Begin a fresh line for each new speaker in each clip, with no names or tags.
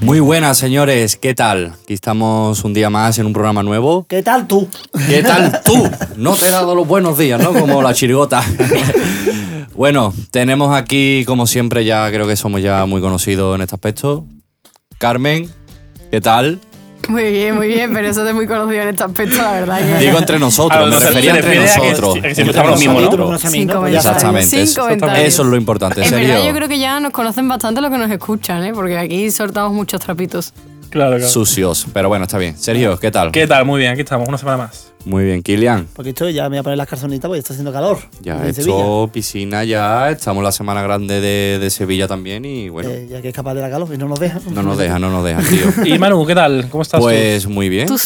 Muy buenas, señores. ¿Qué tal? Aquí estamos un día más en un programa nuevo.
¿Qué tal tú?
¿Qué tal tú? No te he dado los buenos días, ¿no? Como la chirigota. Bueno, tenemos aquí, como siempre, ya creo que somos ya muy conocidos en este aspecto. Carmen, ¿qué tal?
Muy bien, muy bien, pero eso es muy conocido en este aspecto, la verdad. que-
Digo entre nosotros,
A
me
los-
refería
se
entre
refiere a que-
nosotros.
a que
Entre
siempre estamos los
nosotros.
mismos, ¿no?
Sin
¿no? Pues ya
comentarios.
está.
Exactamente.
Sin
eso-
comentarios.
Eso es lo importante, en
En verdad, yo
serio.
creo que ya nos conocen bastante los que nos escuchan, ¿eh? porque aquí soltamos muchos trapitos.
Claro, claro.
Sucios, pero bueno, está bien. Sergio, ¿qué tal?
¿Qué tal? Muy bien, aquí estamos, una semana más.
Muy bien, Kilian.
Porque esto ya me voy a poner las calzonitas porque está haciendo calor.
Ya
en Sevilla.
hecho piscina, ya estamos la semana grande de, de Sevilla también y bueno,
Eh, ya que es capaz de la calor y no nos deja.
no nos deja, no nos deja, tío.
Y Manu, ¿qué tal? ¿Cómo estás? tú?
Pues muy bien.
Tú
No,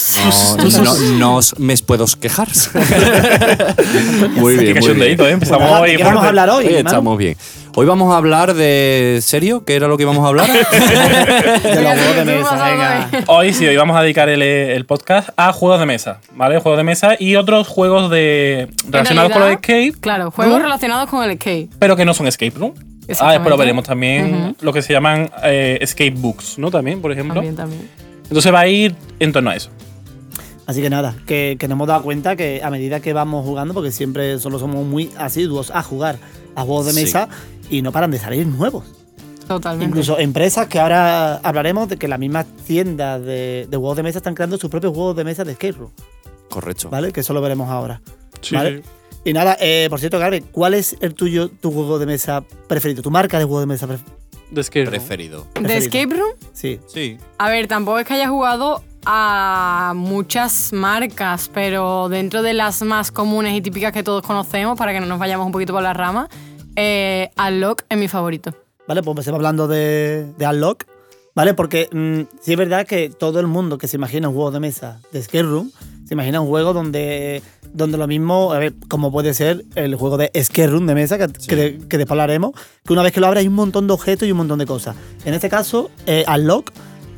sus-
no- no os- me puedo quejar. muy
Qué
bien, muy
cachondeíto,
bien.
¿eh?
Pues
Empezamos
nada,
hoy.
¿de qué vamos a
fuerte.
hablar hoy?
Oye,
hermano?
estamos bien. Hoy vamos a hablar de... ¿Serio? ¿Qué era lo que íbamos a hablar?
De los
Mira,
huevos de
tú
mesa,
pasando
venga.
de-
Hoy sí, hoy vamos a dedicar el, el podcast a juegos de mesa, ¿vale? Juegos de mesa y otros juegos de relacionados con los
realidad,
escape,
Claro, juegos
room,
relacionados con el skate.
pero que no son escape room. Ah,
Exactamente.
después lo veremos también lo que se llaman eh, escape books, ¿no? También, por ejemplo.
También, también.
Entonces va a ir en torno a eso.
Así que nada, que, que nos hemos dado cuenta que a medida que vamos jugando, porque siempre solo somos muy asiduos a jugar a juegos de
Sí.
mesa y no paran de salir nuevos.
Totalmente.
Incluso empresas que ahora hablaremos de que las mismas tiendas de, de juegos de mesa están creando sus propios juegos de mesa de escape room,
Correcto.
¿vale? Que eso lo veremos ahora.
Sí,
¿vale? Y nada, eh, por cierto, Gary, ¿cuál es el tuyo, tu juego de mesa preferido? ¿Tu marca de juego de mesa preferido?
De escape room.
Preferido.
¿De escape room?
Sí.
Sí.
A ver, tampoco es que haya jugado a muchas marcas, pero dentro de las más comunes y típicas que todos conocemos, para que no nos vayamos un poquito por las ramas, eh, Unlock es mi favorito.
¿Vale? Pues empecemos hablando de, de Unlock, ¿vale? Porque mm, sí es verdad que todo el mundo que se imagina un juego de mesa de Escape Room, se imagina un juego donde, donde lo mismo, a ver, como puede ser el juego de Escape Room de mesa, que, que, de- que después hablaremos, que una vez que lo abres hay un montón de objetos y un montón de cosas. En este caso, eh, Unlock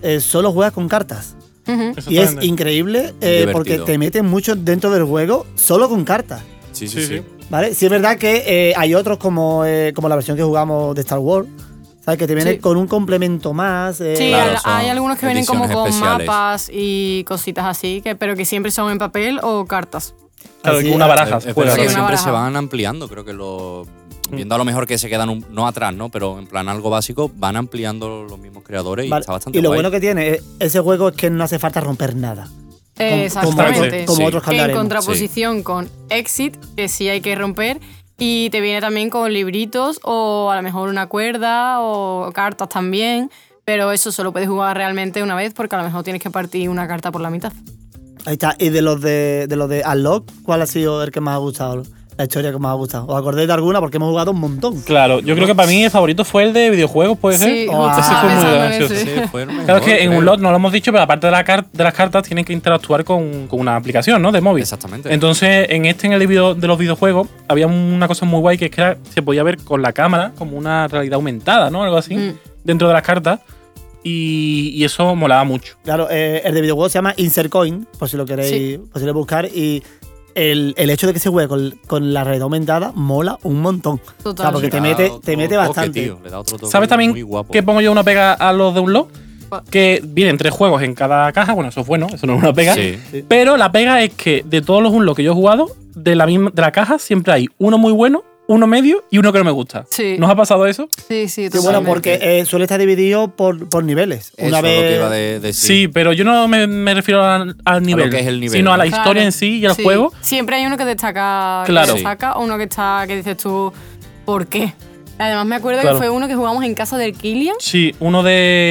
eh, solo juegas con cartas.
Ujú.
Y es
Exactamente.
increíble eh,
Divertido.
porque te meten mucho dentro del juego solo con cartas.
Sí, sí,
Sí,
sí.
sí.
¿Vale? Sí es verdad que eh, hay otros como, eh, como la versión que jugamos de Star Wars, ¿sabes? Que te viene
Sí.
con un complemento más. eh,
Sí,
Claro,
al-
son
hay algunos que vienen como
ediciones
con
especiales.
mapas y cositas así, que, pero que siempre son en papel o cartas.
Claro,
así,
una
ah,
baraja.
Es- es
fuera,
verdad
Sí,
que
una
¿no?
siempre
baraja.
se van ampliando, creo que lo... Viendo a lo mejor que se quedan, un- no atrás, ¿no? Pero en plan algo básico, van ampliando los mismos creadores y
vale.
está bastante
y lo
guay.
bueno que tiene eh, ese juego es que no hace falta romper nada.
Eh,
Como-
Exactamente.
Como, como
Sí.
otros que
Que en
hablaremos.
contraposición con Exit, que sí hay que romper, y te viene también con libritos o a lo mejor una cuerda o cartas también, pero eso solo puedes jugar realmente una vez porque a lo mejor tienes que partir una carta por la mitad.
Ahí está. Y de los de, de los de Unlock, ¿cuál ha sido el que más ha gustado? La historia que más ha gustado. ¿Os acordáis de alguna? Porque hemos jugado un montón.
Claro, yo creo que para mí el favorito fue el de videojuegos, puede ser.
Sí,
Ah,
justo
ese
estaba
fue muy
pensando en
gracioso,
ese.
Sí, fue el
Claro, es
mejor,
que en
creo.
un lot no lo hemos dicho, pero aparte de, la car- de las cartas tienen que interactuar con, con una aplicación, ¿no? De móvil.
Exactamente.
Entonces, en este, en el de, video- de los videojuegos, había una cosa muy guay que es que era- se podía ver con la cámara como una realidad aumentada, ¿no? Algo así,
Mm.
dentro de las cartas. Y, y eso molaba mucho.
Claro, eh, el de videojuego se llama Insert Coin, por si lo queréis, por si lo buscar. Y el, el hecho de que se juegue con, con la red aumentada mola un montón. O sea,
Total.
porque te
Le da
mete,
otro
te mete
toque,
bastante.
tío, le da otro toque
¿Sabes
muy
también
guapo.
que pongo yo una pega a los de un lot?
¿Cuál?
Que vienen tres juegos en cada caja. Bueno, eso es bueno, eso no es una pega.
Sí.
Pero la pega es que de todos los unlock que yo he jugado, de la misma de la caja siempre hay uno muy bueno, uno medio y uno que no me gusta.
Sí.
¿Nos ha pasado eso?
Sí, sí,
Sí, bueno,
totalmente.
porque eh, suele estar dividido por, por niveles.
Eso
Una
es lo que
vez.
iba de decir.
Sí, pero yo no me, me refiero a- al nivel,
que es el nivel,
sino a la
¿no?
historia
Claro.
en sí y al
Sí.
juego.
Siempre hay uno que destaca,
Claro.
que destaca, o uno que está, que dices tú, ¿por qué? Además me acuerdo
Claro.
que fue uno que jugamos en casa del Killian.
Sí, uno de,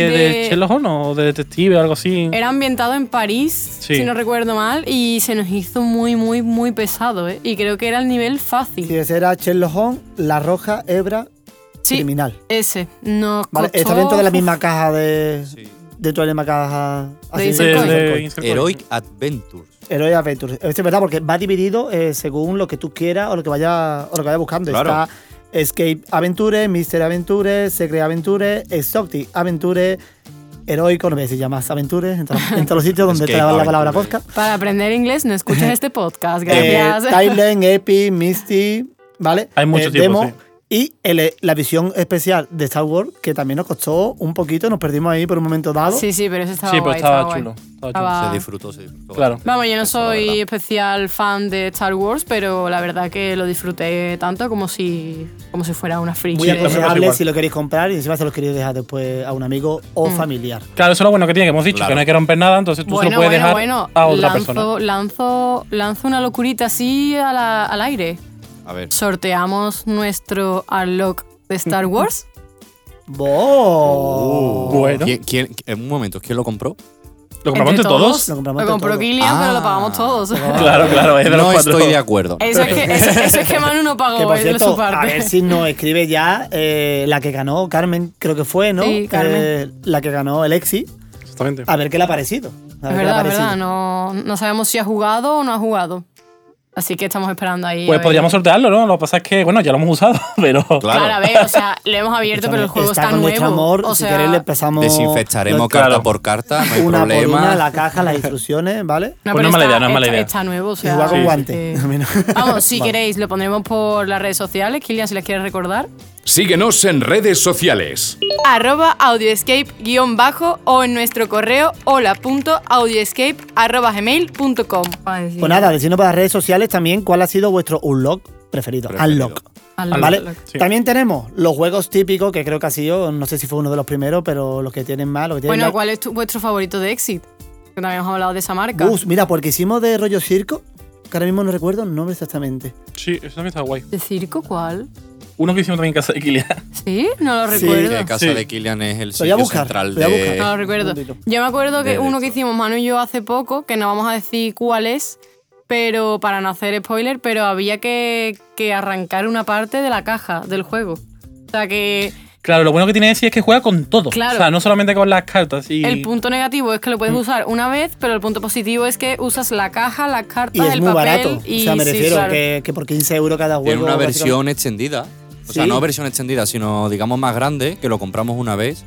de...
De-
Sherlock Holmes o de detective o algo así.
Era ambientado en París,
Sí.
si no recuerdo mal, y se nos hizo muy, muy, muy pesado, ¿eh? Y creo que era el nivel fácil.
Sí, ese era Sherlock Holmes, La Roja, Hebra,
Sí,
Criminal.
ese. Nos
Vale,
costó-
está dentro de la misma caja de. dentro de la misma caja. así,
Insert Coin.
Insert
de
Coin.
Insert Coin.
Heroic Adventures.
Heroic Adventures. Esto es verdad, porque va dividido eh, según lo que tú quieras o lo que vaya, o lo que vaya buscando.
Claro.
Está Escape Adventures, Mister Adventures, Secret Adventures, Exotic Adventures, Heroic, no sé si llamas Adventures, en todos en todos los sitios donde te
Escape
la la palabra
Adventures.
podcast.
Para aprender inglés no escuches este podcast,
Eh,
gracias.
Thailand, Epic, Misty, ¿vale? Eh,
Hay muchos tipos,
demo.
sí.
Y el- la visión especial de Star Wars, que también nos costó un poquito, nos perdimos ahí por un momento dado.
sí, sí, pero eso estaba
Sí, pero
guay,
estaba
guay. Ah,
chulo, estaba chulo.
Se disfrutó, se disfrutó.
Claro.
bastante.
Vamos, yo no
Eso, la
soy
verdad.
especial fan de Star Wars, pero la verdad que lo disfruté tanto como si, como si fuera una friki.
Muy
Sí,
de-
también me pasa
aconsejable
igual.
si lo queréis comprar y encima se los queréis dejar después a un amigo o
Mm.
familiar.
Claro, eso es lo bueno que tiene, que hemos dicho,
Claro.
que no hay que romper nada, entonces tú se lo puedes dejar a otra
lanzo,
persona.
Lanzo, lanzo una locurita así a la- al aire.
A ver.
Sorteamos nuestro Unlock de Star
Mm.
Wars.
¡Bo!
Bueno,
¿Quién, quién- en un momento, ¿quién lo compró?
¿lo compramos entre todos?
Lo compramos
Lo
entre
compró
todos.
Kilian, pero
Ah.
lo pagamos todos.
Claro, claro, es de los
No
cuatro.
estoy de acuerdo.
Eso es que, eso, eso es que Manu no
Que
pagó
por
es de
cierto,
su parte.
a ver si nos escribe ya eh, la que ganó, Carmen, creo que fue, ¿no?
Sí, Carmen.
Eh, la que ganó el Exi.
Exactamente.
Ah,
A ver qué le ha parecido. A ver
Es
qué le ha
verdad, es
parecido.
verdad. No, no sabemos si ha jugado o no ha jugado. Así que estamos esperando ahí. a
Pues
ver.
podríamos sortearlo, ¿no? Lo que pasa es que, bueno, ya lo hemos usado, pero...
Claro.
Claro. a ver, o sea, lo hemos abierto, pero el juego está,
con
nuevo.
mucho amor.
o sea,
si queréis, le empezamos.
Desinfectaremos
lo-
carta
Claro.
por carta, no hay
una
problema.
por una, la caja, las instrucciones, ¿vale?
No,
Pues
pero
no es mala
está-
idea, no es mala
está-
idea.
Está nuevo, o sea.
Igual con
Sí, sí.
guante.
eh,
A mí no.
Vamos, si
Vale.
queréis, lo pondremos por las redes sociales. Kilian, si las quieres recordar.
Síguenos en redes sociales.
arroba audioescape-bajo o en nuestro correo hola.audioescape.gmail.com
Pues nada, decirnos para las redes sociales también cuál ha sido vuestro unlock preferido.
Preferido.
Unlock.
Unlock.
¿Vale?
Unlock.
Sí.
También tenemos los juegos típicos, que creo que ha sido, no sé si fue uno de los primeros, pero los que tienen más, los que tienen
Bueno,
más.
¿cuál es tu- vuestro favorito de Exit? Que también hemos hablado de esa marca.
Bus, mira, porque hicimos de rollo circo, que ahora mismo no recuerdo el nombre exactamente.
Sí, eso también está guay.
¿De circo cuál?
Uno que hicimos también en casa de Kilian.
Sí, no lo
Sí.
recuerdo.
Eh, casa
Sí.
de Kilian es el
Lo voy a
sitio
buscar,
central
lo voy a
de...
buscar.
No lo recuerdo.
Eh, Segundito. Eh,
Yo me acuerdo que
De
uno que
esto.
hicimos Manu y yo hace poco, que no vamos a decir cuál es, pero para no hacer spoiler, pero había que, que arrancar una parte de la caja del juego. O sea que
Claro, lo bueno que tiene Etsy es que juega con todo.
Claro.
O sea, no solamente con las cartas. Y...
el punto negativo es que lo puedes
Mm.
usar una vez, pero el punto positivo es que usas la caja, las
Y
cartas,
es
Ah, el
muy
papel.
barato.
Y
o sea, me
sí,
refiero
claro.
que, que por 15 euros cada juego.
Tiene una
básicamente-
versión extendida. O sea,
Sí.
no versión extendida, sino digamos más grande, que lo compramos una vez.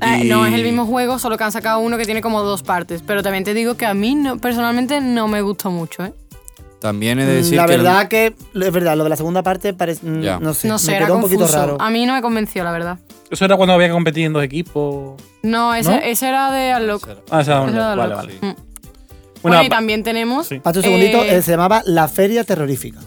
Eh,
Y-
No es el mismo juego, solo que han sacado uno que tiene como dos partes. Pero también te digo que a mí no- personalmente no me gustó mucho, ¿eh?
También he de decir
Mm, la
que el-
verdad que, es verdad, lo de la segunda parte parece, mm,
Ya.
no sé,
No sé,
me
era
quedó un poquito
confuso. Ah,
raro.
A mí no me convenció, la verdad.
Eso era cuando había que competir en dos equipos.
No, ese,
¿No?
ese era de Unlock.
Ah, esa
Eso era de
Vale,
loco.
vale.
Mm. Bueno,
Bueno,
y
va-
también tenemos.
Sí.
Hace un segundito,
Eh,
eh, se llamaba La Feria Terrorífica,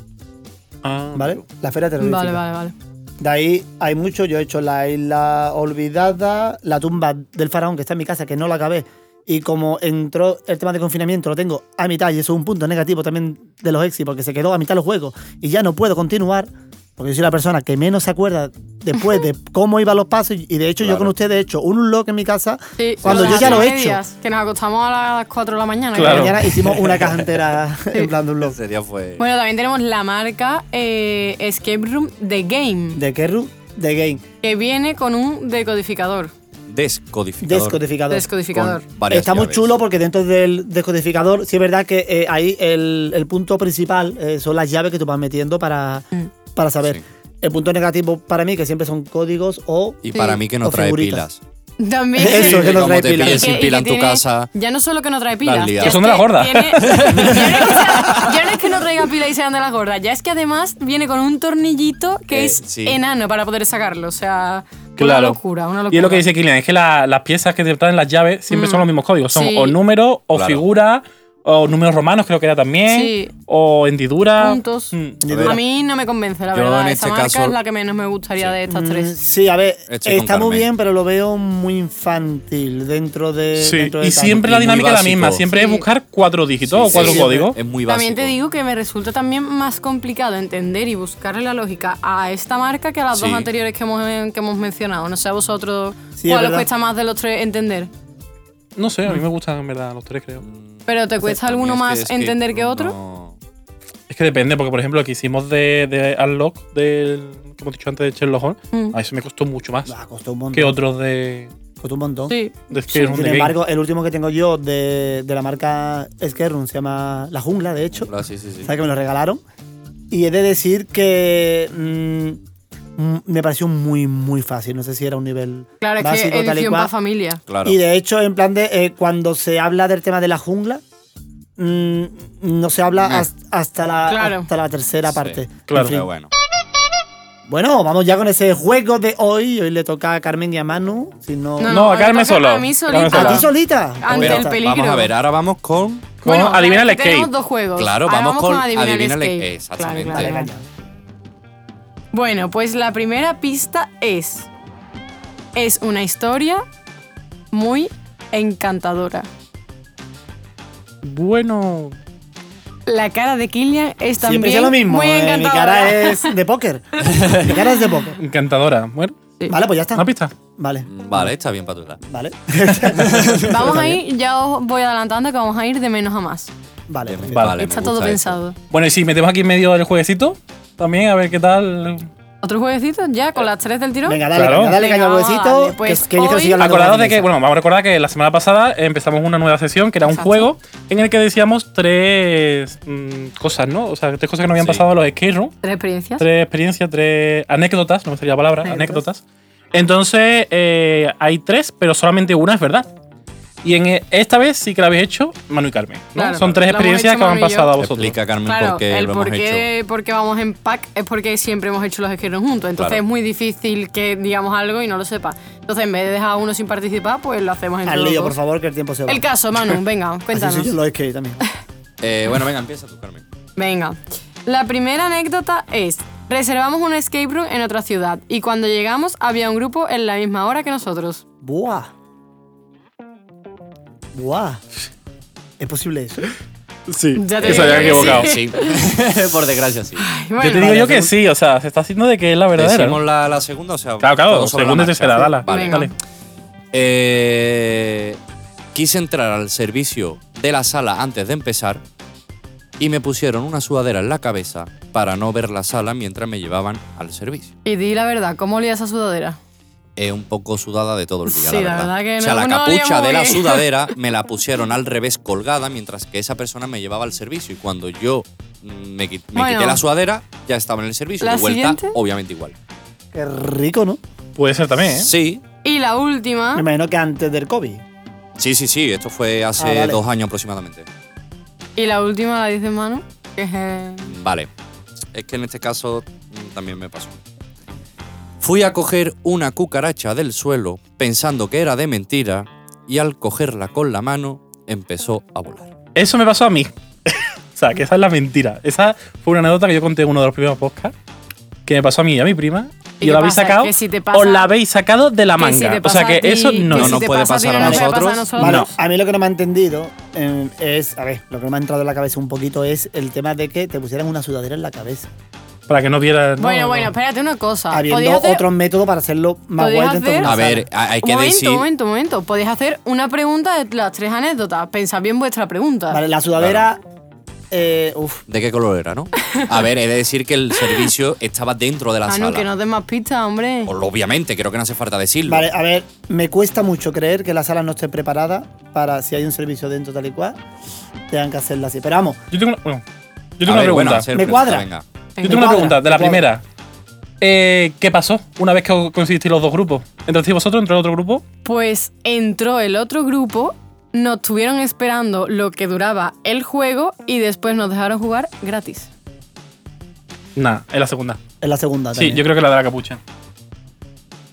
Ah,
¿vale? La Feria Terrorífica.
Vale, vale, vale.
De ahí hay mucho. Yo he hecho la isla olvidada, la tumba del faraón que está en mi casa, que no la acabé. Y como entró el tema de confinamiento, lo tengo a mitad. Y eso es un punto negativo también de los exi, porque se quedó a mitad los juegos. Y ya no puedo continuar, porque yo soy la persona que menos se acuerda después de cómo iban los pasos. Y de hecho, yo con ustedes he hecho un log en mi casa.
Sí,
cuando
las
yo ya lo he hecho.
medias, Que nos acostamos a las 4 de la mañana.
Claro.
creo.
Mañana hicimos una caja entera en plan de un log.
Ese día fue...
Bueno, también tenemos la marca eh, Escape Room The Game,
De Kerru, de Game,
que viene con un decodificador.
Descodificador.
descodificador.
Descodificador.
Con varias
Está muy
llaves.
chulo porque dentro del descodificador, sí es verdad que eh, ahí el, el punto principal eh, son las llaves que tú vas metiendo para,
Mm.
para saber.
Sí.
El punto negativo para mí, que siempre son códigos o.
Y para mí que no
O
trae
figuritas.
pilas.
También.
Eso, que no
Como
trae
te
pilas.
Y que-
pilles sin
y
pila
que
en tu
tiene-
casa.
Ya no solo que no trae pilas.
liado.
ya
Que
son de
es
las gordas.
tiene- ya, no es que sea- ya no es que no traiga pila y sean de las gordas. Ya es que además viene con un tornillito que
Eh,
es
sí.
enano para poder sacarlo. O sea,
Claro.
una locura, una locura. Mm.
Y es lo que dice Kilian, es que la- las piezas que te traen las llaves siempre son los mismos códigos. Son
Sí.
o números, o
Claro.
figuras, o números romanos, creo que era también.
Sí.
O hendiduras.
Puntos.
Mm.
A
ver.
A mí no me convence, la
Yo
verdad.
en
Esta
este
marca
caso-
es la que menos me gustaría de estas
Mm,
tres.
Sí, a ver,
Estoy con
está muy
Carmen.
bien, pero lo veo muy infantil dentro de.
Sí.
eh, dentro de
Y
tal.
siempre
Y
la
muy
dinámica es la
básico.
misma. Siempre
Sí.
es buscar cuatro dígitos
Sí,
o cuatro
sí,
códigos.
Es muy Mm, básico.
También te digo que me resulta también más complicado entender y buscarle la lógica a esta marca que a las
Sí.
dos anteriores que hemos, eh, que hemos mencionado. No sé a vosotros
Sí, es
cuál os
verdad.
cuesta más de los tres entender.
No sé, a mí me gustan en verdad los tres, creo.
¿Pero te cuesta
A mí
alguno
es que
más
Escape
entender que
Room
otro?
no-
Es que depende, porque por ejemplo, el que hicimos de, de
Mm.
Unlock, del, que hemos dicho antes de Sherlock Holmes, a eso me costó mucho más
Ah, costó un montón.
que otros de.
Pues un montón.
Sí.
De Escape Room
Sin
The Game.
embargo, el último que tengo yo de, de la marca Escape Room se llama La Jungla, de hecho.
Ah, sí, sí, sí.
¿Sabes que me lo regalaron? Y he de decir que mm, mm, me pareció muy, muy fácil. No sé si era un nivel
Claro, es
básico,
que
tal y
edición
cual.
para familia.
Claro.
Y de hecho, en plan de eh, cuando se habla del tema de la jungla, mm, no se habla
Nah.
hast- hasta, la,
Claro.
hasta la tercera
Sí,
parte.
claro.
En fin.
Pero bueno.
Bueno, vamos ya con ese juego de hoy. Hoy le toca a Carmen y a Manu. Si no,
No,
No, a
me
Carmen
toca
solo.
a mí
Carmen
solita.
¿A ti
sola.
solita?
Ante
Pues ya
el
está.
peligro.
Vamos a ver, ahora vamos con.
Con Adivina el
es que
Escape.
Tenemos dos juegos.
Claro,
Ahora
vamos con
con Adivina, el
Adivina el Escape,
Escape.
exactamente.
Claro, claro. Bueno, pues la primera pista es. Es una historia muy encantadora.
Bueno.
La cara de Killian es también
Siempre es lo mismo.
muy
eh, mi
encantadora.
cara es de póker. mi cara es de póker.
Encantadora. Bueno,
Vale, pues ya está.
una pista.
Vale,
Vale, está bien para tu edad.
vale. pues,
Vamos a ir, ya os voy adelantando que vamos a ir de menos a más.
Vale. perfecto.
Vale.
me
Está todo
gusta eso.
pensado.
Bueno, y si metemos aquí en medio del jueguecito, también a ver qué tal.
¿Otro jueguecito? ¿Ya?
Eh,
¿Con las tres del tirón?
Venga, dale,
Claro.
caña, dale
Venga,
caña al
vamos a
huesito,
darle. Pues
que, que yo quiero
hoy-
seguir hablando
Acordaros
con la
de que,
mesa.
bueno, vamos a recordar que la semana pasada empezamos una nueva sesión que era un
Exacto.
juego en el que decíamos tres mm, cosas, ¿no? O sea, tres cosas que no habían
Sí.
pasado a los escape room.
¿Tres experiencias?
tres experiencias, tres anécdotas, no me sería la palabra,
Anécdotas.
anécdotas. Entonces, eh, hay tres, pero solamente una es verdad. Y en e- esta vez sí que la habéis hecho Manu y Carmen. ¿no?
Claro.
Son tres
Lo hemos
experiencias
hecho
que me han
Manu y yo.
pasado a vosotros.
Explica, Carmen,
Claro,
por qué
el
lo
por
hemos
qué,
hecho.
por qué vamos en pack es porque siempre hemos hecho los esqueros juntos. Entonces
Claro.
es muy difícil que digamos algo y no lo sepa. Entonces, en vez de dejar a uno sin participar, pues lo hacemos entre
Al
los
lío,
dos.
por favor, que el tiempo se va.
El caso, Manu, venga, cuéntanos.
Así soy yo lo es que también.
Eh, bueno, venga, empieza tú, Carmen.
Venga. La primera anécdota es: reservamos un escape room en otra ciudad y cuando llegamos había un grupo en la misma hora que nosotros.
Buah. Buah. ¿Es posible eso?
Sí,
Ya te
que se
digo
habían
que
equivocado.
Sí, por desgracia, sí.
Ay,
Yo
bueno,
te digo yo que sí, o sea, se está haciendo de que es la verdadera.
Decimos
¿no?
la, la segunda, o sea.
Claro, claro,
todo sobre
segunda y
la marcha.
tercera, dala.
Vale,
Venga.
dale.
Eh, quise entrar al servicio de la sala antes de empezar y me pusieron una sudadera en la cabeza para no ver la sala mientras me llevaban al servicio.
Y di la verdad, ¿cómo olía esa sudadera?
Es un poco sudada de todo el día,
Sí,
la
la
verdad.
verdad que
o sea,
no-
la
no olía
capucha
muy
de la
bien.
sudadera me la pusieron al revés colgada mientras que esa persona me llevaba al servicio. Y cuando yo mm, me, qui- me
Bueno.
quité la sudadera, ya estaba en el servicio.
¿La
de vuelta,
siguiente?
obviamente igual.
Qué rico, ¿no?
Puede ser también, ¿eh?
Sí,
Y la última.
Me imagino que antes del COVID.
sí, sí, sí. Esto fue hace
Ah, vale.
dos años aproximadamente.
Y la última la dice Manu, que es. eh,
Vale. Es que en este caso mm, también me pasó. Fui a coger una cucaracha del suelo pensando que era de mentira y al cogerla con la mano empezó a volar.
Eso me pasó a mí. o sea, que esa es la mentira. Esa fue una anécdota que yo conté en uno de los primeros podcasts. Que me pasó a mí y a mi prima.
¿Y qué
Y os la habéis
pasa?
sacado.
Que si te pasa-
os la habéis sacado de la
que si
manga.
te
o sea
pasa
que
a ti,
eso no.
que
No,
si
no
te
puede
pasa ti,
pasar a
no nos puede pasar a
nosotros.
nosotros.
Bueno, a mí lo que no me ha entendido eh, es, a ver, lo que no me ha entrado en la cabeza un poquito es el tema de que te pusieran una sudadera en la cabeza.
Para que no viera. no,
Bueno,
no.
bueno, espérate una cosa.
habiendo
Ah, Podías hacer-
otros métodos para hacerlo más
podías
guay dentro de
hacer-
una
A
sala.
ver, ha- hay
Un
que
momento,
decir...
un momento, un momento. Podéis hacer una pregunta de las tres anécdotas. Pensad bien vuestra pregunta.
Vale, la sudadera. Eh, uf,
¿De qué color era, no? A ver, he de decir que el servicio estaba dentro de la
Ah, no,
sala.
que no des más pistas, hombre.
Pues, Obviamente, creo que no hace falta decirlo.
Vale, a ver, me cuesta mucho creer que la sala no esté preparada para si hay un servicio dentro tal y cual, tengan que hacerla así. Pero vamos,
Yo tengo una, bueno, yo tengo
A
una
ver, bueno,
pregunta.
hacer
Me
pregunta,
cuadra.
venga.
yo tengo una
cuadra,
pregunta de
me
la
cuadra.
primera. Eh, ¿Qué pasó una vez que coincidiste los dos grupos? ¿Entrasteis vosotros, entró el otro grupo?
Pues entró el otro grupo, nos estuvieron esperando lo que duraba el juego y después nos dejaron jugar gratis.
Nah, es la segunda.
es la segunda.
Sí, yo creo que la de la capucha.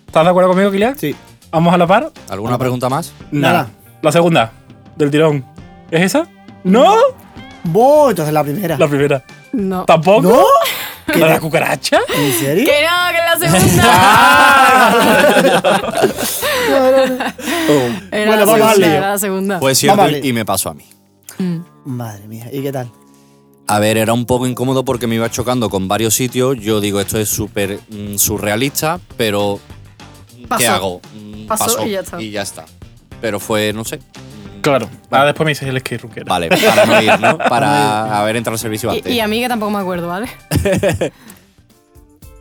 ¿Estás de acuerdo conmigo, Kilian?
Sí.
¿Vamos a la par?
¿Alguna pregunta más?
Nada.
La segunda, del tirón. ¿Es esa? ¡No!
¡Boh! Entonces la primera.
La primera.
No.
¿Tampoco?
¿No?
¿La de la cucaracha?
¿En serio?
Que no, que es la segunda.
Oh.
Era
Bueno,
la
vamos al
segunda,
lío.
era la segunda.
Ah,
Pues cierto,
Vale.
y me pasó a mí.
Madre mía, ¿y qué tal?
A ver, era un poco incómodo porque me iba chocando con varios sitios. Yo digo, esto es súper mm, surrealista, pero ¿qué
Pasó.
hago? Mm,
Pasó y ya está.
Y ya está. Pero fue, no sé.
Claro. Ahora Ah, después me dices el skate room que era.
Vale, para no ir, ¿no? Para haber entrado al servicio
Y,
antes.
y a mí que tampoco me acuerdo, ¿vale?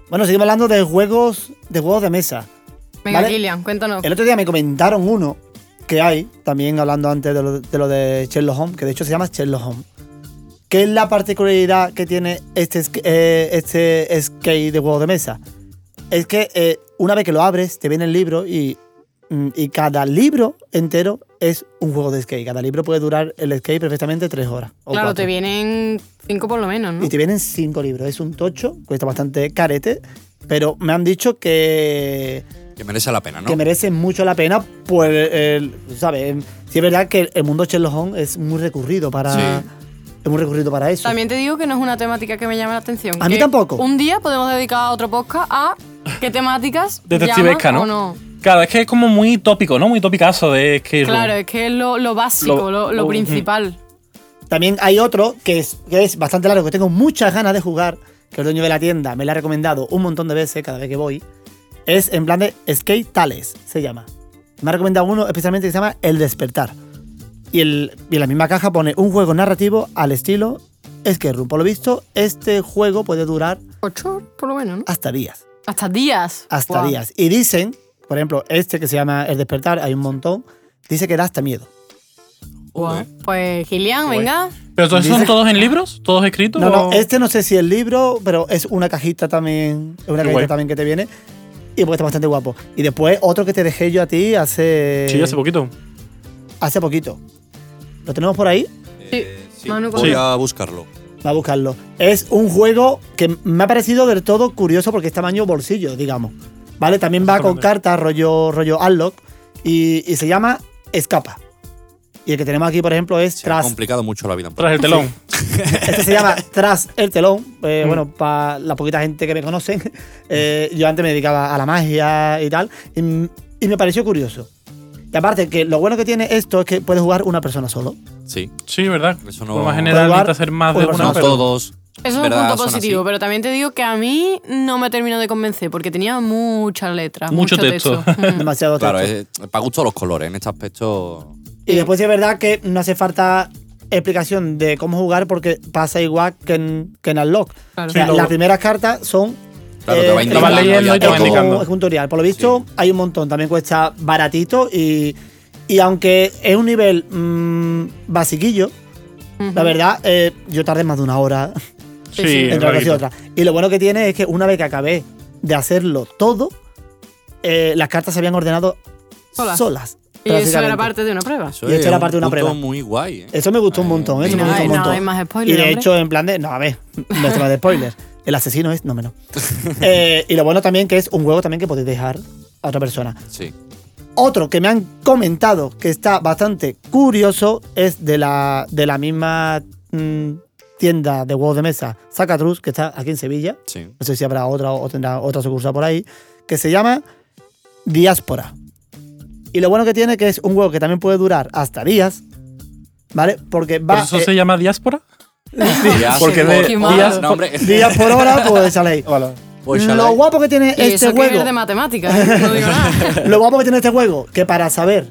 Bueno, seguimos hablando de juegos de juegos de mesa.
Venga,
¿Vale?
Kilian, cuéntanos.
El otro día me comentaron uno que hay, también hablando antes de lo de, lo de Sherlock Holmes, que de hecho se llama Sherlock Holmes. ¿Qué es la particularidad que tiene este, esc- eh, este skate de juego de mesa? Es que eh, una vez que lo abres, te viene el libro y, mm, y cada libro entero es un juego de skate. Cada libro puede durar el skate perfectamente tres horas. o
Claro,
cuatro.
te vienen cinco por lo menos, ¿no?
Y te vienen cinco libros. Es un tocho, cuesta bastante carete, pero me han dicho que
Que merece la pena, ¿no?
que merecen mucho la pena, pues, el- ¿sabes? Sí es verdad que el mundo Sherlock Holmes es muy recurrido para,
Sí.
es muy recurrido para eso.
También te digo que no es una temática que me llame la atención.
A mí
que
tampoco.
Un día podemos dedicar otro podcast a qué temáticas
Detectivesca,
llaman
¿no?
o no.
Claro, es que es como muy tópico, ¿no? Muy topicazo de que
Claro, es que es lo, lo básico,
Lo-
lo, lo
lo-
principal.
También hay otro que es, que es bastante largo, que tengo muchas ganas de jugar, que el dueño de la tienda me lo ha recomendado un montón de veces cada vez que voy. Es en plan de Skate Tales, se llama. Me ha recomendado uno especialmente que se llama El Despertar. Y, el, y en la misma caja pone un juego narrativo al estilo Escape Room. Por lo visto, este juego puede durar
Ocho, por lo menos, ¿no?
hasta días.
Hasta días.
hasta
Guau.
días. Y dicen, por ejemplo, este que se llama El despertar, hay un montón, dice que da hasta miedo.
Guau. Pues, Gilian,
Guay.
venga.
¿Pero entonces son todos en libros? ¿Todos escritos?
No, no,
o-
este no sé si el libro, pero es una cajita también, es una
Qué
cajita
guay.
también que te viene y pues está bastante guapo. Y después otro que te dejé yo a ti hace
Sí, hace poquito.
hace poquito. ¿Lo tenemos por ahí?
Sí. Manu,
Eh, voy
Sí.
a buscarlo.
Va a buscarlo. Es un juego que me ha parecido del todo curioso porque es tamaño bolsillo, digamos. ¿Vale? También va con
Exactamente.
cartas, rollo, rollo Unlock. Y, y se llama Escapa. Y el que tenemos aquí, por ejemplo, es
Se ha
Tras
complicado mucho la vida. un poco.
Tras el telón.
Este se llama Tras el telón. Eh, Bueno, para la poquita gente que me conocen, eh, yo antes me dedicaba a la magia y tal. Y, m- y me pareció curioso. Y aparte, que lo bueno que tiene esto es que puedes jugar una persona solo.
Sí.
Sí, ¿verdad?
Eso no-
Por más
Puede
general
jugar
necesita ser más de
por
una,
no
persona.
pero-
todos.
Eso es un
¿verdad?
punto
son así.
positivo, pero también te digo que a mí no me terminó de convencer porque tenía muchas letras,
Mucho
mucho,
texto.
texto. Mm.
Demasiado
Claro,
texto.
es, para gusto los colores. En este aspecto.
Y después sí es verdad que no hace falta explicación de cómo jugar porque pasa igual que en, que en Unlock.
Claro.
O sea,
Sí, lo-
las primeras cartas son... eh,
Claro, te va
es-
Lo vas
indicando.
leyendo
ya
y te va
todo.
es, como,
indicando.
es un tutorial. Por lo visto, hay un montón. También cuesta baratito y, y aunque es un nivel mm, basiquillo, la verdad, eh, yo tardé más de una hora
Sí,
Sí, sí.
entre una
es
cosa y
larguito.
otra. Y lo bueno que tiene es que una vez que acabé de hacerlo todo, eh, las cartas se habían ordenado
Solas.
solas.
y eso era
prácticamente.
parte de una prueba.
Eso
Y esto
es
era parte de una
punto
prueba.
muy guay. ¿eh?
Eso me gustó un montón, ¿eh?
Y
eso me
nada,
gustó un
y nada,
montón.
hay más spoiler,
y de
hombre.
hecho, en plan de. No, a ver, no se va de spoiler. El asesino es. No, menos. Eh, y lo bueno también que es un juego también que podéis dejar a otra persona.
Sí.
Otro que me han comentado que está bastante curioso es de la, de la misma mm, tienda de juegos de mesa, Sacatrus, que está aquí en Sevilla.
Sí.
No sé si habrá otra o tendrá otra sucursal por ahí, que se llama Diáspora. Y lo bueno que tiene que es un juego que también puede durar hasta días, ¿vale? Porque
¿Por
va
eso
eh,
se llama diáspora?
Ya,
porque
por-
de-
por-
días-
no, hombre.
días por hora, pues sale ahí.
Pues,
Lo
Shalai.
guapo que tiene
Y
este
eso que
juego
es de matemáticas, ¿eh? no digo nada.
Lo guapo que tiene este juego, que para saber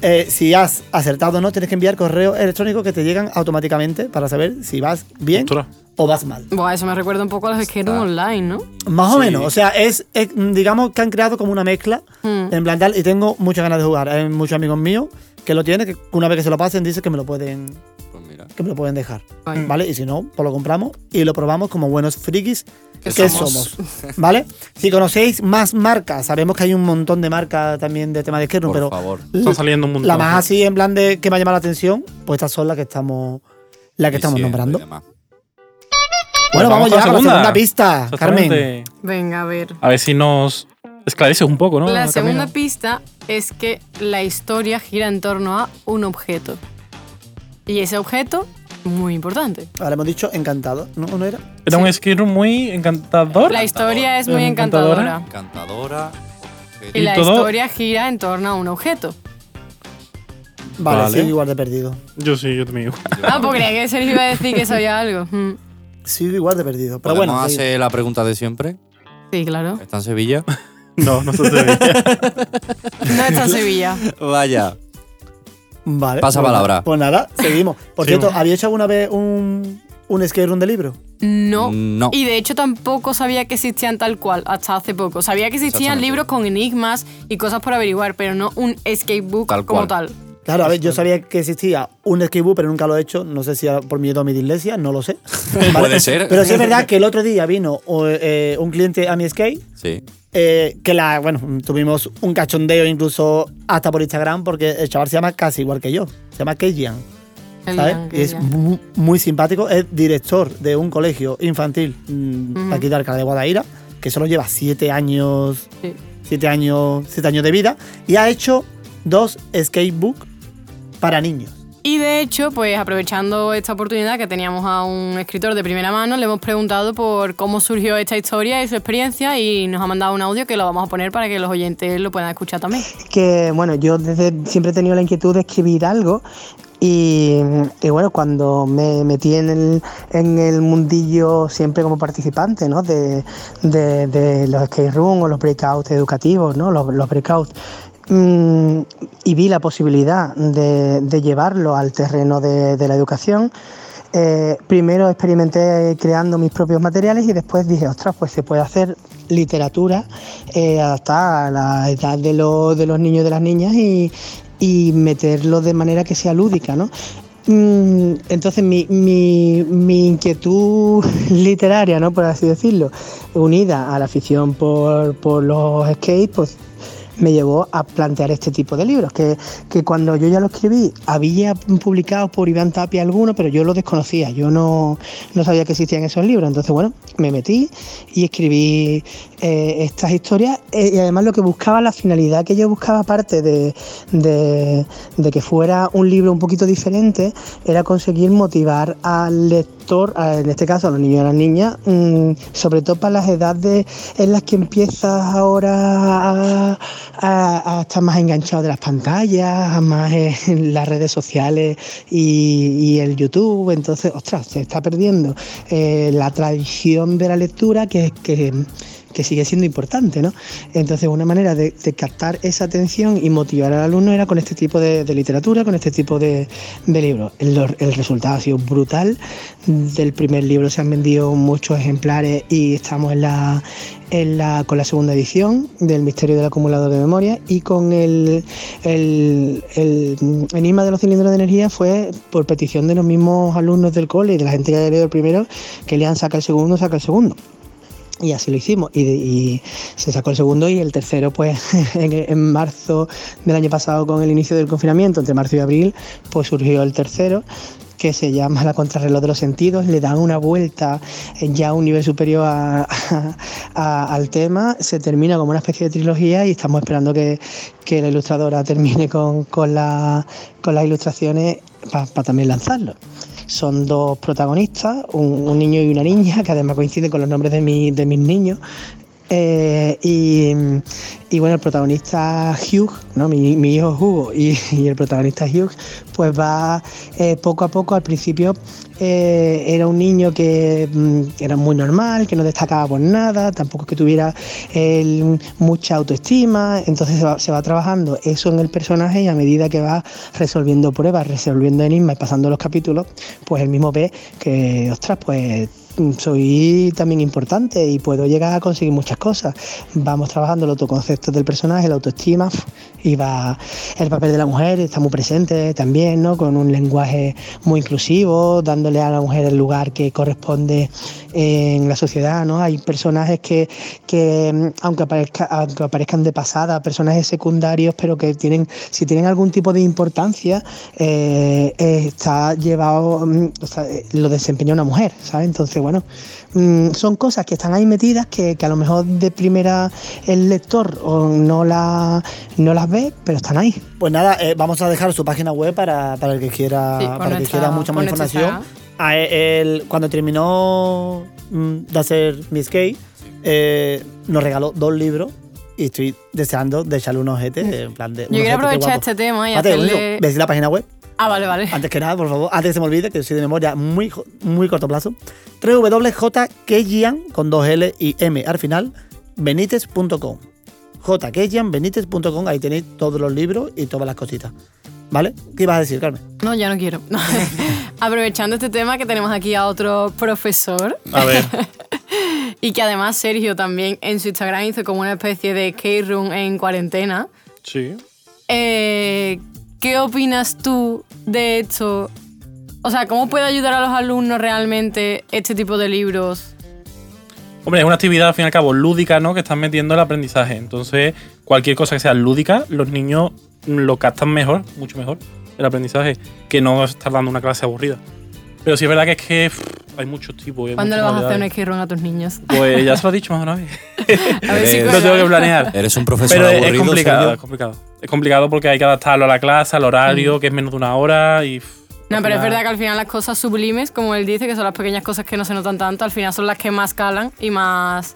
eh, si has acertado o no, tienes que enviar correos electrónicos que te llegan automáticamente para saber si vas bien
Ostras.
o vas mal.
Buah, eso me recuerda un poco a los esquemas online, ¿no?
Más o
Sí.
menos, o sea, es, es, mm, digamos que han creado como una mezcla
Mm.
en plan tal, y tengo muchas ganas de jugar. Hay muchos amigos míos que lo tienen, que una vez que se lo pasen dicen que me lo pueden,
Pues mira.
que me lo pueden dejar.
Guay.
¿Vale? Y si no, pues lo compramos y lo probamos como buenos frikis que,
somos.
somos. ¿Vale? Si conocéis más marcas, sabemos que hay un montón de marcas también de tema de Skyrim,
Por
pero
favor.
Están saliendo un montón.
la más así en plan de que me ha llamado la atención, pues estas son las que estamos las que estamos
Sí, sí,
nombrando.
y demás.
Bueno, vamos ya a
Vamos a la
la segunda
segunda
pista, Carmen.
Exactamente.
Venga, a ver.
A ver si nos esclareces un poco, ¿no?
la
Camino.
segunda pista es que la historia gira en torno a un objeto. Y ese objeto, muy importante.
Ahora hemos dicho encantado, ¿no? ¿No era?
Era un skate room muy encantador.
La historia es
Es
muy
encantadora.
encantadora.
Encantadora.
Y
Y
la
todo-
historia gira en torno a un objeto.
Vale,
Vale.
sigo igual de perdido.
Yo sí, yo también.
Ah, pues creía que se le iba a decir que sabía algo. Mm.
Sigo igual de perdido.
Pero
Pero bueno,
hace
sí.
la pregunta de siempre.
Sí, claro.
¿Está en Sevilla?
no, no se te
No está en Sevilla.
Vaya.
Vale.
Pasa
pues
palabra.
nada, Pues nada, seguimos. Por
Seguimos.
cierto, ¿había hecho alguna vez un, un escape room de libro?
No.
No.
Y de hecho tampoco sabía que existían tal cual hasta hace poco. Sabía que existían
Exactamente.
libros con enigmas y cosas por averiguar, pero no un escape book
Tal
como
cual.
tal.
Claro, a ver, yo sabía que existía un escape room, pero nunca lo he hecho. No sé si era por miedo a mi dislexia, no lo sé. Vale.
Puede ser.
Pero sí es verdad que el otro día vino o, eh, un cliente a mi skate
Sí.
eh, que la, bueno, tuvimos un cachondeo incluso hasta por Instagram porque el chaval se llama casi igual que yo, se llama Kejian, ¿sabes?
Kellyan,
Y es
Kellyan.
mu- muy simpático, es director de un colegio infantil mm, aquí de Alcalá de Guadaira, que solo lleva siete años,
Sí.
siete años, siete años de vida y ha hecho dos skatebook para niños.
Y de hecho, pues aprovechando esta oportunidad que teníamos a un escritor de primera mano, le hemos preguntado por cómo surgió esta historia y su experiencia y nos ha mandado un audio que lo vamos a poner para que los oyentes lo puedan escuchar también.
que bueno, yo desde siempre he tenido la inquietud de escribir algo y, y, bueno, cuando me metí en el, en el mundillo siempre como participante ¿no? de, de- de los skate room o los breakouts educativos, ¿no? los, los breakouts, mm, y vi la posibilidad de, de llevarlo al terreno de, de la educación, eh, primero experimenté creando mis propios materiales y después dije, ostras, pues se puede hacer literatura eh, adaptada a la edad de, los- de los niños y de las niñas y, y meterlo de manera que sea lúdica, ¿no? Mm, Entonces mi, mi- mi inquietud literaria, ¿no? por así decirlo, unida a la afición por, por los skates, pues me llevó a plantear este tipo de libros, que, que cuando yo ya lo escribí había publicado por Iván Tapia alguno, pero yo lo desconocía, yo no, no sabía que existían esos libros, entonces bueno, me metí y escribí eh, estas historias eh, y además lo que buscaba, la finalidad que yo buscaba aparte de, de- de que fuera un libro un poquito diferente, era conseguir motivar al lector, a- en este caso a los niños y a las niñas, mm, sobre todo para las edades en las que empiezas ahora a, a- a estar más enganchado de las pantallas, a más en las redes sociales y, y el YouTube. Entonces, ostras, se está perdiendo eh, la tradición de la lectura que, que, que sigue siendo importante, ¿no? Entonces, una manera de, de captar esa atención y motivar al alumno era con este tipo de, de literatura, con este tipo de, de libros. El, el resultado ha sido brutal. Del primer libro se han vendido muchos ejemplares y estamos en la, en la, con la segunda edición del Misterio del Acumulador de Memoria y con el, el, el, mm, Enigma de los Cilindros de Energía fue por petición de los mismos alumnos del cole y de la gente que había leído el primero, que lean saca el segundo, saca el segundo. Y así lo hicimos. Y, de- y se sacó el segundo y el tercero, pues en, en marzo del año pasado, con el inicio del confinamiento, entre marzo y abril, pues surgió el tercero que se llama La Contrarreloj de los Sentidos, le dan una vuelta eh, ya a un nivel superior a- a- al tema, se termina como una especie de trilogía y estamos esperando que, que la ilustradora termine con, con, la- con las ilustraciones para también lanzarlo. Son dos protagonistas, un, un niño y una niña, que además coinciden con los nombres de, mi- de mis niños. Eh, y, y bueno, el protagonista Hugh, ¿no? mi, mi hijo Hugo y, y el protagonista Hugh, pues va eh, poco a poco. Al principio eh, era un niño que mm, era muy normal, que no destacaba por nada, tampoco es que tuviera él mucha autoestima. Entonces se va, se va trabajando eso en el personaje y a medida que va resolviendo pruebas, resolviendo enigmas y pasando los capítulos, pues él mismo ve que, ostras, pues mm, soy también importante y puedo llegar a conseguir muchas cosas. Vamos trabajando el autoconcepto del personaje, la autoestima pf, y va el papel de la mujer, está muy presente también, ¿no? Con un lenguaje muy inclusivo, dándole a la mujer el lugar que corresponde en la sociedad, ¿no? Hay personajes que, que mm, aunque, aparezca, aunque aparezcan de pasada, personajes secundarios, pero que tienen, si tienen algún tipo de importancia, eh, eh, está llevado, mm, o sea, eh, lo desempeña una mujer, ¿sabes? Entonces, bueno, mm, son cosas que están ahí metidas que, que a lo mejor de primera el lector o no, la, no las ve, pero están ahí.
Pues nada, eh, vamos a dejar su página web para, para el que quiera,
Sí, con
para el que
nuestra-
quiera mucha más
con nuestra
información. A él, cuando terminó mm, de hacer Miss Kay, eh, nos regaló dos libros y estoy deseando de echarle unos ojete. eh, En plan de, unos
quiero
ojetes
aprovechar
guapos.
este tema y
Espérate, un
hacerle-
minuto, ¿Ves la página web?
Ah, vale, vale.
Antes que nada, por favor, antes que se me olvide, que soy de memoria muy, jo- muy corto plazo. www.jkejian con dos L y M al final, benitez.com. jkejianbenitez.com, ahí tenéis todos los libros y todas las cositas. ¿Vale? ¿Qué ibas a decir, Carmen?
No, ya no quiero. Aprovechando este tema que tenemos aquí a otro profesor
A ver,
y que además Sergio también en su Instagram hizo como una especie de K-Room en cuarentena.
sí.
Eh, ¿Qué opinas tú de esto? O sea, ¿cómo puede ayudar a los alumnos realmente este tipo de libros?
Hombre, es una actividad al fin y al cabo lúdica, ¿no? Que están metiendo el aprendizaje. Entonces, cualquier cosa que sea lúdica, los niños lo captan mejor, mucho mejor, el aprendizaje, que no estar dando una clase aburrida. Pero sí es verdad que es que pff, hay muchos tipos. y hay
¿Cuándo le
muchas
vas a hacer un
novedades.
skate-room a tus niños?
Pues ya se lo he dicho más de una vez.
A ver si
Eh,
Lo
Bueno.
cuela.
tengo que planear.
Eres un profesor
Pero es-
aburrido.
es complicado, es
Sergio.
complicado. Es complicado porque hay que adaptarlo a la clase, al horario, que es menos de una hora y. pff,
Mm. No,
al
pero es
final-
verdad que al final las cosas sublimes, como él dice, que son las pequeñas cosas que no se notan tanto, al final son las que más calan y más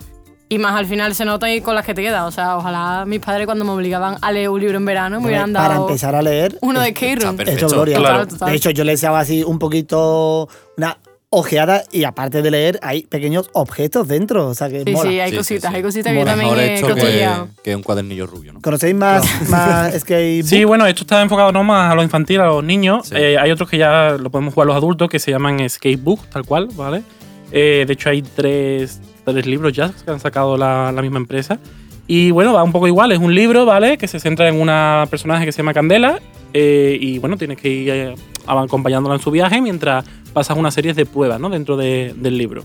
y más al final se notan y con las que te quedas. O sea, ojalá mis padres cuando me obligaban a leer un libro en verano me hubieran
para
dado
empezar a leer, eh,
uno de K.
Está
room
perfecto.
Hecho gloria.
Claro.
Total, total.
De hecho, yo le echaba así un poquito una ojeada y aparte de leer, hay pequeños objetos dentro. O sea, que
Sí,
mola.
sí, hay
Sí, sí,
cositas,
sí.
hay cositas que yo
Mola.
también
Mejor
he
hecho
cotilleado.
que, que un cuadernillo rubio, ¿no?
¿Conocéis más, más skate?
Sí, bueno, esto está enfocado no más a los infantiles, a los niños.
Sí.
Eh, hay otros que ya lo podemos jugar los adultos que se llaman Skatebook, tal cual, ¿vale? Eh, de hecho, hay tres, tres libros ya que han sacado la, la misma empresa. Y bueno, va un poco igual, es un libro, ¿vale? Que se centra en una personaje que se llama Candela. eh, y bueno, tienes que ir eh, acompañándola en su viaje mientras pasas una serie de pruebas, ¿no? Dentro de- del libro.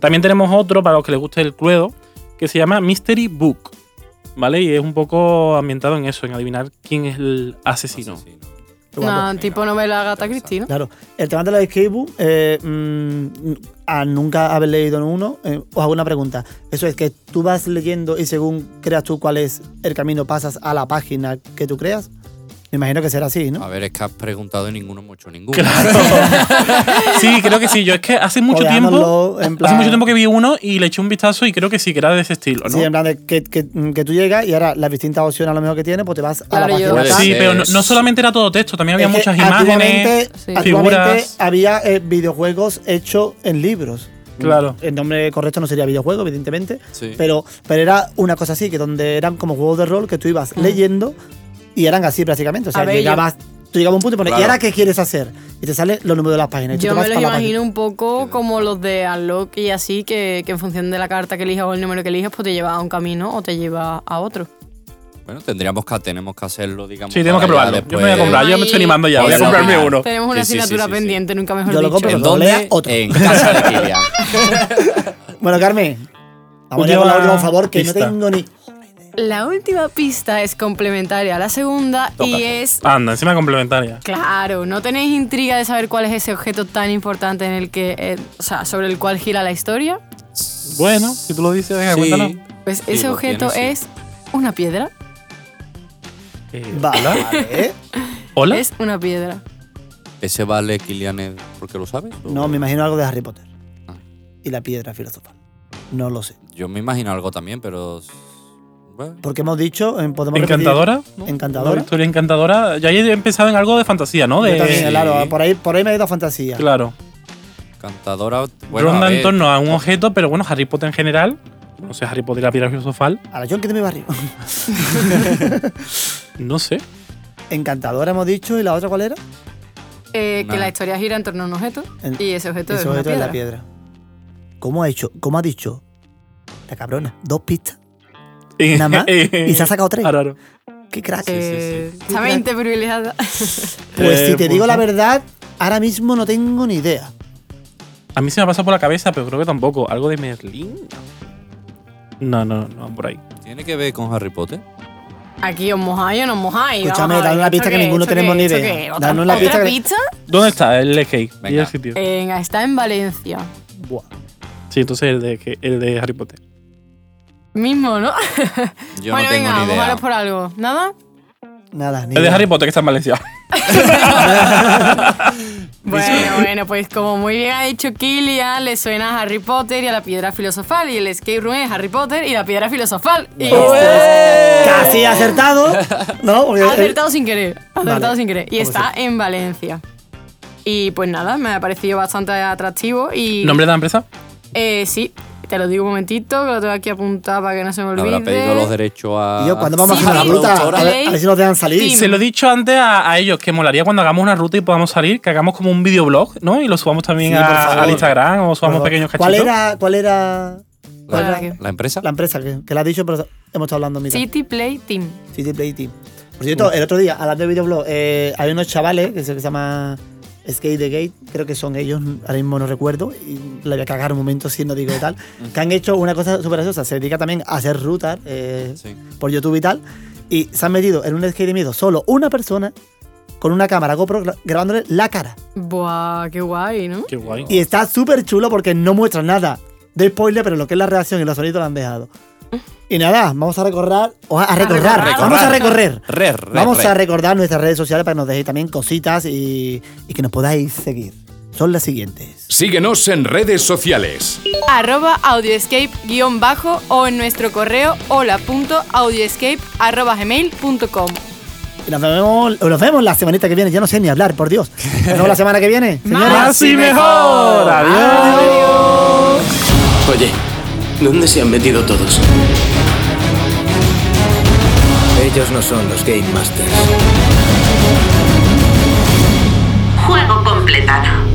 También tenemos otro, para los que les guste el cluedo, que se llama Mystery Book. ¿Vale? Y es un poco ambientado en eso, en adivinar quién es el asesino.
Asesino.
No, tipo novela Gata Cristina.
Claro, el tema de los skatebook, eh, mm, a nunca haber leído uno, eh, os hago una pregunta. Eso es que tú vas leyendo y según creas tú cuál es el camino, pasas a la página que tú creas. Me imagino que será así,
Ah,
¿no?
A ver, es que has preguntado y ninguno hemos hecho ninguno.
sí, creo que sí. Yo es que hace mucho tiempo.
Codeándolo, Pues en
Hace
plan-
mucho tiempo que vi uno y le eché un vistazo y creo que sí, que era de ese estilo, ¿no?
Sí, en plan de que, que- mm, que tú llegas y ahora las distintas opciones a lo mejor que tienes, pues te vas a la
Claro, yo-
página.
Puede
tal.
Sí,
ser.
pero no, no solamente era todo texto, también había
Es que
muchas
antiguamente-
imágenes,
Sí.
antiguamente
figuras.
había eh, videojuegos hechos en libros.
Claro.
El nombre correcto no sería videojuego, evidentemente.
Sí.
Pero, pero era una cosa así, que donde eran como juegos de rol que tú ibas leyendo y eran así prácticamente. O sea,
A ver, yo-
llegabas, tú llegabas a un punto y pones,
Claro.
¿y ahora qué quieres hacer? Y te salen los números de las páginas. y tú
Yo
te vas
me los
pa' la
imagino un poco
Sí,
como los de Unlock y así, que, que en función de la carta que elijas o el número que elijas, pues te lleva a un camino o te lleva a otro.
Bueno, tendríamos que, tenemos que hacerlo, digamos.
Sí, tenemos que
para ya
probarlo. Yo me voy a
después-
comprar, yo me estoy animando ya, voy a
Podemos
comprarme
opinar.
uno.
Tenemos una
Sí, sí, sí,
asignatura
sí, sí.
pendiente, nunca mejor
Yo lo
dicho.
compro,
¿En
Cuando lea,
dónde?
otro.
En casa de Kilian.
página. Bueno, Carmen, vamos ya con la
Última
última, por favor, que
pista.
no tengo ni...
La última pista es complementaria a la segunda y
Toca.
es...
Anda, encima complementaria.
Claro, no tenéis intriga de saber cuál es ese objeto tan importante en el que, eh, o sea, sobre el cual gira la historia.
Bueno, si tú lo dices, venga,
Sí.
cuéntanos.
Pues
Sí,
ese
lo
objeto
tiene,
es una piedra.
Eh,
Vale.
¿Hola?
Es una piedra.
¿Ese vale Kilian es porque lo sabes? o-
No, me imagino algo de Harry Potter.
Ah.
Y la piedra filosofal. No lo sé.
Yo me imagino algo también, pero. Bueno,
Porque hemos dicho, eh, podemos repetir-
¿Encantadora? ¿no?
Encantadora.
Una historia encantadora. Yo ahí he empezado en algo de fantasía, ¿no?
Yo
De,
también,
Sí.
claro, por ahí, por ahí me he ido a fantasía.
Claro.
cantadora. Bueno,
Ronda
a
en
ver,
torno a un objeto, pero bueno, Harry Potter en general. No sé, Harry Potter y la piedra filosofal.
A la John que te me barrio.
No sé.
Encantadora hemos dicho, ¿y la otra cuál era?
Eh,
Nah.
Que la historia gira en torno a un objeto
En-
y ese objeto es
Eso
una
objeto de
piedra.
la piedra. ¿Cómo ha hecho? ¿Cómo ha dicho? La cabrona. Dos pistas. Nada más. y se ha sacado tres.
Claro.
Qué crack.
Eh, esa mente privilegiada.
Pues si
Eh,
te digo
pues,
la
¿no?
verdad, ahora mismo no tengo ni idea.
A mí se me ha pasado por la cabeza, pero creo que tampoco. ¿Algo de Merlín? No, no, no, van por ahí.
¿Tiene que ver con Harry Potter?
Aquí os mojáis o no os mojáis.
Escúchame,
Vamos a ver,
dame una
¿esto
pista que
qué?
ninguno
¿esto
tenemos
qué?
ni
¿esto
idea.
qué? ¿Otra,
Danos la
otra
pista que-
pista?
¿Dónde está el LK? Dí
Venga.
el sitio.
Venga, está en Valencia.
Buah.
Sí, entonces el de, que- el de Harry Potter.
Mismo, ¿no?
Yo no
bueno,
tengo
venga,
ni idea.
mojaros por algo. ¿Nada?
Nada, ni
El de
idea.
Harry Potter que está en Valencia.
Bueno, bueno, pues como muy bien ha dicho Kilian, le suena a Harry Potter y a la piedra filosofal. Y el escape room es Harry Potter y la piedra filosofal. Y
Pues Casi acertado.
Eh,
¿No? Porque, eh,
ha acertado sin querer. ha Acertado
Vale.
sin querer. Y
Como
está en Valencia. Y pues nada, me ha parecido bastante atractivo. Y
¿Nombre de la empresa?
Eh, sí, Te lo digo un momentito, que lo tengo aquí apuntado para que no se me
Le
olvide.
habrá pedido los derechos a.
Y yo, ¿cuándo vamos
Sí,
a hacer
sí,
una ruta?
productora.
A ver, a ver si nos dejan salir.
Sí.
Se lo he dicho antes a, a ellos que molaría cuando hagamos una ruta y podamos salir, que hagamos como un videoblog, ¿no? Y lo subamos también
Sí,
a-
por favor.
al Instagram o subamos
Por favor.
pequeños cachitos.
¿Cuál era, ¿Cuál era
La,
Hola.
la empresa?
la empresa que, que la has dicho? Pero hemos estado hablando, mira.
City Play Team.
City Play Team. Por cierto, el otro día, hablando de videoblog, eh, hay unos chavales que se que se llama Skate the Gate, creo que son ellos, ahora mismo no recuerdo, y le voy a cagar un momento si no digo y tal, que han hecho una cosa súper graciosa, se dedica también a hacer rutas eh,
Sí.
por YouTube y tal, y se han metido en un skate de miedo solo una persona con una cámara GoPro gra- grabándole la cara.
Buah, qué guay, ¿no?
Qué guay.
Y está súper chulo porque no muestra nada de spoiler, pero lo que es la reacción y los sonidos lo han dejado. Y nada, vamos a recorrer, o a, a recorrer,
recorrer.
vamos a recorrer.
Re, re,
Vamos
re.
a recordar nuestras redes sociales para que nos dejéis también cositas y, y que nos podáis seguir. Son las siguientes.
Síguenos en redes sociales.
arroba audioescape-bajo o en nuestro correo hola.audioescape.gmail.com
Y Nos vemos, nos vemos la semanita que viene. Ya no sé ni hablar, por Dios. Nos vemos la semana que viene. Señores.
Más y mejor. Adiós.
Oye, ¿dónde se han metido todos? Ellos no son los Game Masters.
Juego completado.